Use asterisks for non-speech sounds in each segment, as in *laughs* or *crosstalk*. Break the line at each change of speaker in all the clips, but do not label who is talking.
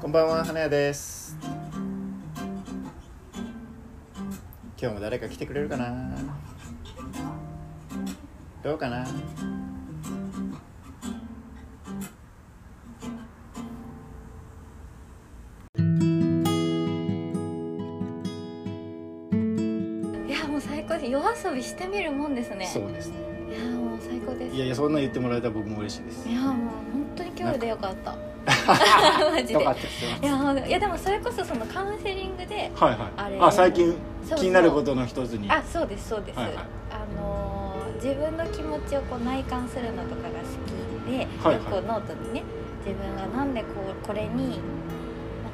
こんばんは、花屋です。今日も誰か来てくれるかな。どうかな。
いやもう最高です夜遊びしてみるもんですね
そうですね。
いやもう最高です
いやいや、そんなん言ってもらえたら僕も嬉しいです
い。やもう本当に今日でよかった *laughs* マジで
よかったですよ。
いやほんといやでもそれこそそのカウンセリングで
はい
あ
はい。
れ
あ最近
そうそう
気になることの一つに。
あそうですそうです、
はいはい
あのー自分の気持ちをこう内観するのとかが好きで、
はいはい
よくノートにね自分がなんでこうこれになんか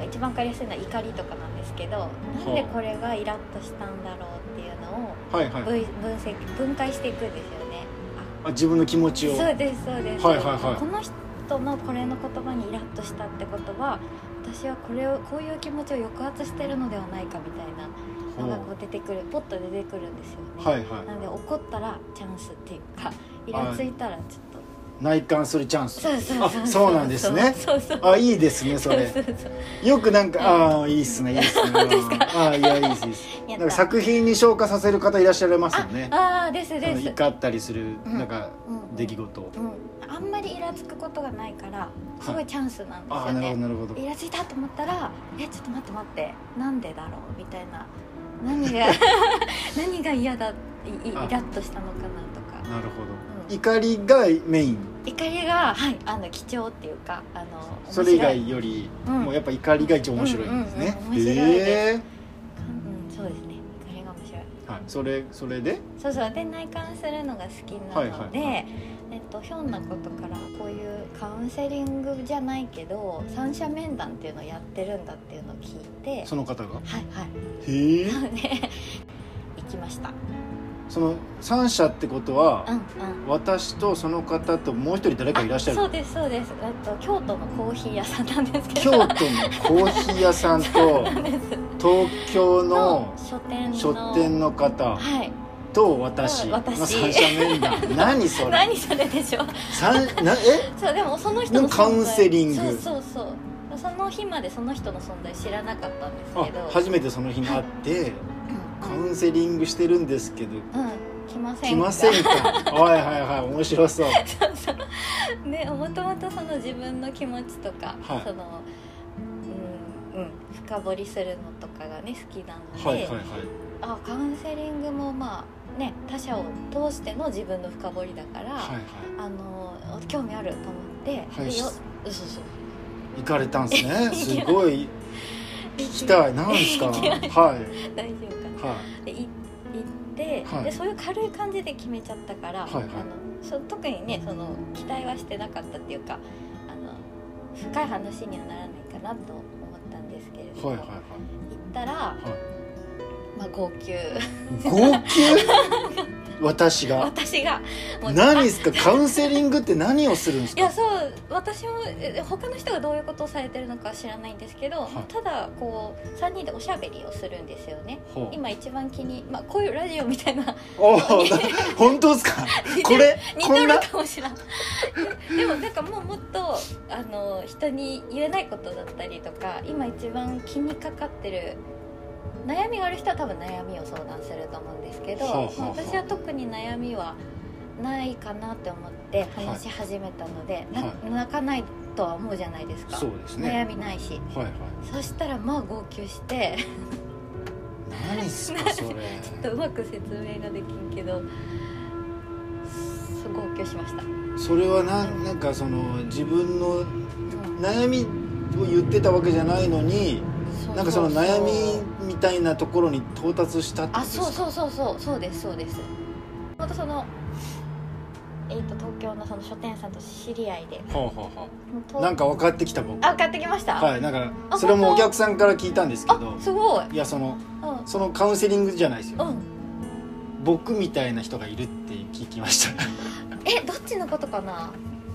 一番分かりやすいのは怒りとかなんですけどなんでこれがイラッとしたんだろうっていうのを
はいはい。
分分析分解していくんですよね
あ自分の気持ちを。
そうですそうです、
はいはいはい
この人のこれの言葉にイラッとしたってことは私はこれをこういう気持ちを抑圧してるのではないかみたいな
ほ
の
う
がこう出てくるポッと出てくるんですよね、
はいは。
ないので怒ったらチャンスっていうかイラついたらちょっと、
内観するチャンス。
そうそうそう
あそうなんですね
そうそう
あいいですねそ
そう
れ
そう。そう
よくなんかあーいいっすねいいっす
*laughs*
ね。あーいやいいっすいいっす。
や
な
っ
んか
た
作品に昇華させる方いらっしゃいますよ
あ、
ね。
あーです
そ
で
の
す
怒ったりする
うん
なんか
うん
出来事を。
うん、あんまりイラつくことがないからすごいチャンスなんです
あ
よ
あ
ね、
なるほどなるほど。
イラついたと思ったら「えちょっと待って待ってなんでだろう?」みたいな何
*laughs*
が何が嫌だいいイ
あ
ラッとしたのかなとか
なるほ
うん
ど。怒りがメイン。
怒りが、はい、あの貴重っていうかあの
それ以
面
外より
うん
もうやっぱ怒りが一番面白いんですね
うん。うんうん面白いです
ええ。
白いうん、そうですね怒りが面白い
はい。それそれで。
そうそうで内観するのが好きなので、
はいはいは
えっと、ひょんなことからこういうカウンセリングじゃないけど三者面談っていうのをやってるんだっていうのを聞いて
その方が
はいはい *laughs*
へえ
なので行きました
その三者ってことは
うんうん
私とその方ともう一人誰かいらっしゃ
あそう
る
ですそうですえっと京都のコーヒー屋さんなんですけ
京
ど
都のコーヒー屋さんと
*laughs* なんです
東京の
書店の
書店の方
はい
と私
うん
の三
私
者面
*laughs*
談何それ
何それでしょう
三な
*laughs*
え
そうでもその人の存在
カウンセリング
そうそうそうその日までその人の存在知らなかったんです
あ
けど
初めてその日に会ってカ
うん
ウンセリングしてるんですけど
うん来ません
来ませ
ん
ん
*laughs*
かはいはいはい面白そう
ねもともとその自分の気持ちとか、
はい
そのうんうん深掘りするのとかがね好きなので、
はいはいはい
あカウンセリングもまあね他者を通しての自分の深掘りだから、
はいはい
あの興味あると思って、
はい
でよ *laughs*
し
そうそう
行かれたんですねすごい聞きたいなんですか
行きます
はい
大丈夫かな
はい
でい行って、
はい
でそういう軽い感じで決めちゃったから、
はいはい
あのそ特にねその期待はしてなかったっていうかあの深い話にはならないかなと思ったんですけれども、
はいは
行ったら、
いはい
まあ、号泣
号泣 *laughs* 私が
私がもう
何
あ
で
い
すかカウンセリングって何をするんですか
やそう私もえ他の人がどういうことをされてるのかは知らないんですけど、
はい
ただこう3人でおしゃべりをするんですよね
ほう
今一番気に、まあ、こういうラジオみたいな
おー本当ですかこれ
似
こ
て
ん
る
な
かもしれない *laughs* でもなんかもうもっとあの人に言えないことだったりとか今一番気にかかってる悩みがある人は多分悩みを相談すると思うんですけど、
はあはあ
まあ私は特に悩みはないかなって思って話し始めたので、な
は
泣かないとは思うじゃないですか、
そうです
悩
ね
みないし
はいはい
そしたらまあ号泣して
何ですかそれ
ちょっとうまく説明ができんけどそう号泣しました、うん
それはなんなんかその自分の悩みを言ってたわけじゃないのに
う
なんかその悩みみたいなところに到達したってこと
あ
です
そう
か
そうそうそうそうですそうですまたそのえっ、と東京のその書店さんと知り合いで
はあはあはあ
と
なんか分かってきた僕
あ買ってきました、
はいなんか
あ
それもお
本当
客さんから聞いたんですけ
あ
ど
すごい
いやその
う
そのカウンセリングじゃないですよ
んうん
僕みたいな人がいるって聞きました *laughs*
えどっちのことかな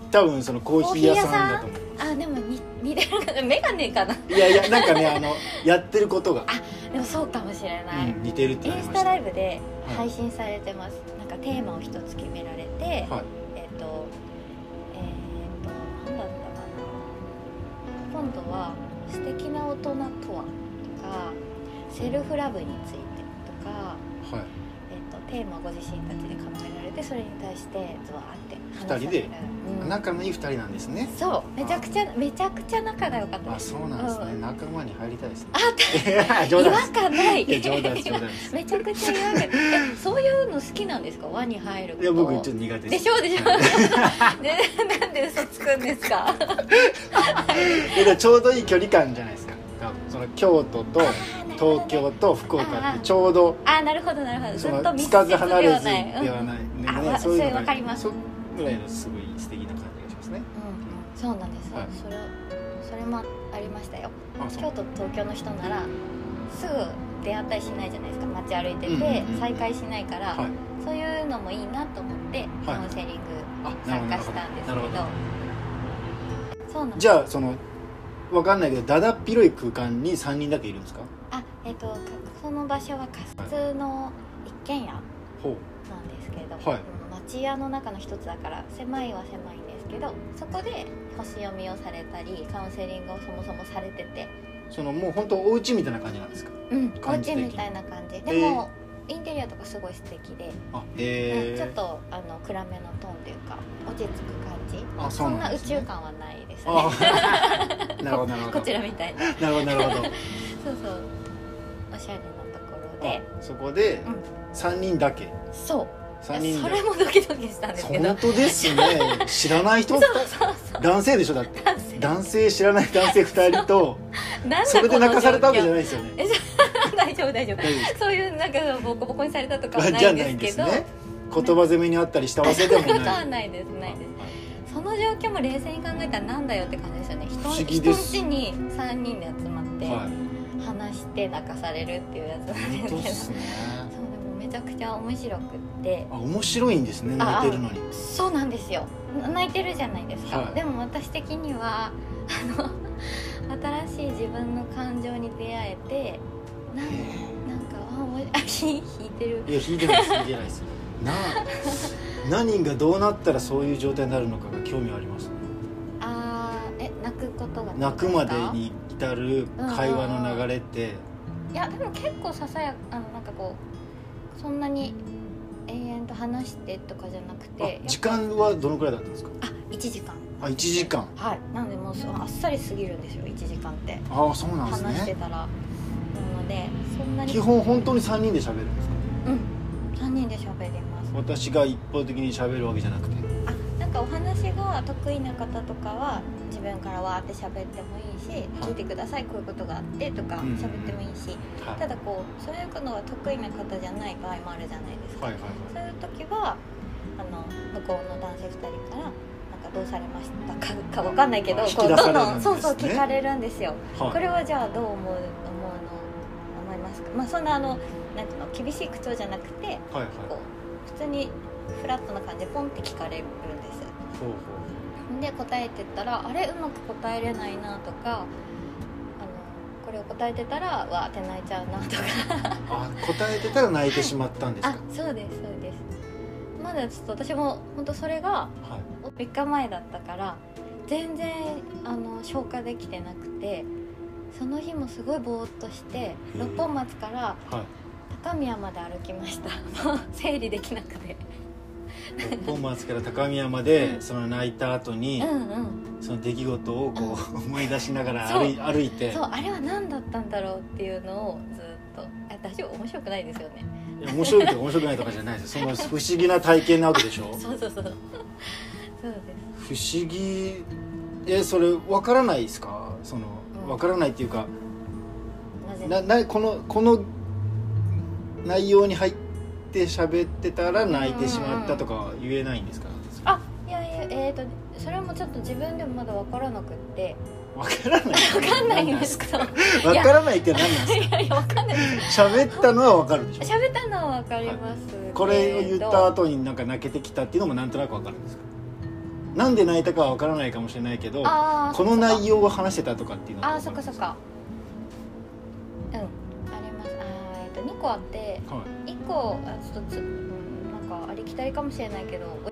多分そのコーヒー屋さんだと思
あでもに似てるかな *laughs* 眼鏡かな
ういやいやなんかねあのやってることが、
でもそうかもしれない、
うん似てるって言
イ
われ
ンス
ま
タ
した
ラ
はい
イブで配信されてます、なんかテーマを一つ決められて、えっ、とえっ、となんだったかな大人とはとかセルフラブについてとか、
はい
えっとテーマをご自身たちで考えられてそれに対してズワーって話
二人で
うん
仲のいい二人なんですね
そうめちゃくちゃめちゃくちゃ仲が良かった
あ
です
そうなんですね、
うん
仲間に入りたいですね
あ
いや
違
*laughs* 冗談で
和
す
感ない
いや冗談です冗談です
*laughs* めちゃくちゃ違和感えそういうの好きなんですか輪に入ること
いや僕ちょっと苦手 *laughs*
でしょうでしょ
はい
でなん *laughs* で嘘つくんですか
いやだからちょうどいい距離感じゃないですか多分その京都と東京と福岡ってちょうど
あなるほどねあーなるほどず
そ
っ
の
と
つ
密接
かず離
で
れ
は
ず
ないうん
ではない
あ
ね
わ
そういうのが
それわかります
そぐらいのすごい素敵な感じがしますね
うんそうなんです、
はい
それそれもありましたよ
あそう
京都東京の人ならすぐ出会ったりしないじゃないですか街歩いてて、
うんうんうん
再会しないから、
はい
そういうのもいいなと思ってカウンセリング
あなる
参
ほど
加したんですけ
なる
ど,、
ほど
そうなんです
じゃあそのわかんないけどだだっ広い空間に三人だけいるんですか
あえっ、とかその場所は仮設の一軒家
ほう
なんですけど、
はい
町屋の中の一つだから狭いは狭いんですけどそこで星読みをされたりカウンセリングをそもそもされてて
そのもう本当お家みたいな感じなんですか
うんお
感じ
家
的に
みたいな感じでも、インテリアとかすごい素敵で、
あ
うん
へ
ちょっ
え
とあの暗めのトーンというか落ち着く感じ
あ
そ
そうん
な
なん
宇
です
宙
ね
感はないですね
あ *laughs* なるほどなるほど
*laughs* こちらみたいな
なるほどなるほど
そうそうおしゃれなところ *laughs* で
あそこで
うん
三人だけ
そう
三人だ
それ
け
もドキドキしたんですけど
本当ですね知らない人
そうそう
男性でしょだって
男性
男性知らない男性二人と
なんだ
それで泣かされたわけじゃ
い
ないですよね
えじゃあ *laughs* 大丈夫大丈夫
大丈夫です
そういうなんかボコボコにされたとかは
あ
な
じゃ
い
あ
ん
な
で
いん
す
で
け
す
ど
ね言葉攻めにあったりしたわけでも
そういうこと
な
はいないですないですその状況も冷静に考えたらなんだよって感じですよね人
不思議です
人ん家に3人で集まって、
はい
話して泣かされるっていうやつなん
本当
で
ですす
けど
ね
そうでもめちゃくちゃ面白くって
あ面白いんですね
あ
泣いてるのに
そうなんですよな泣いてるじゃないですか、
はい
でも私的にはあの新しい自分の感情に出会えてなんなんかあおいあひ引いてる
いや引いてないです引いてない
*laughs*
ですなあ何がどうなったらそういう状態になるのかが興味ありますね
あーえ泣くことが
泣くまでに至る会話の流れって
いやでも結構ささやあのなんかこうそんなに永遠と話してとかじゃなく
あ
て
時間はどのくらいだったんですか
あ一1時間
あ1時間
はいなのでもうそうあっさり過ぎるんですよ1時間って
ああそうなんです
話して
ね
たら、なのでそんなに
基本本当に3人で喋るんですか
うん3人で喋ります
私が一方的に喋るわけじゃなくて
あなんかお話が得意な方とかは自分からわーって喋ってもいいし「聞いてくださいこういうことがあって」とか
うん
喋ってもいいし、
はい
ただこうそういうのが得意な方じゃない場合もあるじゃないですか、
はいはいはい
そういう時はあの向こうの男性2人から「なんかどうされましたか?」かわかんないけど
あ
こう
引き出
ど
され
ん
るんで
ど
すね
んそうそう聞かれるんですよ
はい
これはじゃあどう思う思うの思いますかまあそんなあのなんていうの厳しい口調じゃなくて
はいはい
こう普通にフラットな感じでポンって聞かれるんです
ほうほ
で答えてったらあれうまく答えれないなとかあのこれを答えてたらわーって泣いちゃうなとか
うあ答えてたら泣いてしまったんです
あ
か
そうですそうですまだちょっと私も本当それが
はい
3日前だったから全然あの消化できてなくてその日もすごいぼーっとして
え
六本松から
はい
高宮まで歩きました *laughs* もう整理できなくて
六本松から高宮までその泣いた後に
うんうん
その出来事をこ
*laughs*
う思い出しながら
そう
歩い歩いて
そうあれは何だったんだろうっていうのをずっとあ大丈夫面白くないですよね
いや面白いとか面白くないとかじゃないですその不思議な体験なわけでしょ
そうそうそう *laughs* そうです
不思議えそれわからないですかその
うん
わからないっていうか
なぜ
ななこのこの内容に入って喋ってたら泣いてしまったとかは言えないんですか
あいやいやえっ、とそれもちょっと自分でもまだ分からなくって
わからない
*laughs* 分かんないんですけどい
わからないって何なんで
*laughs* や
*laughs*
いや分かんないです
すか喋ったのはわかるでしょ
喋ったのは分かりますけど
これを言った後になんか泣けてきたっていうのもなんとなくわかるんですかなんで泣いたかはわからないかもしれないけど
あー
この内容を話してたとかっていうのは
あー
わ
そっ
る
かそっかうんありますあーえっと2個あって
はい
1個あちょっとつ、うん、なんかありきたりかもしれないけどお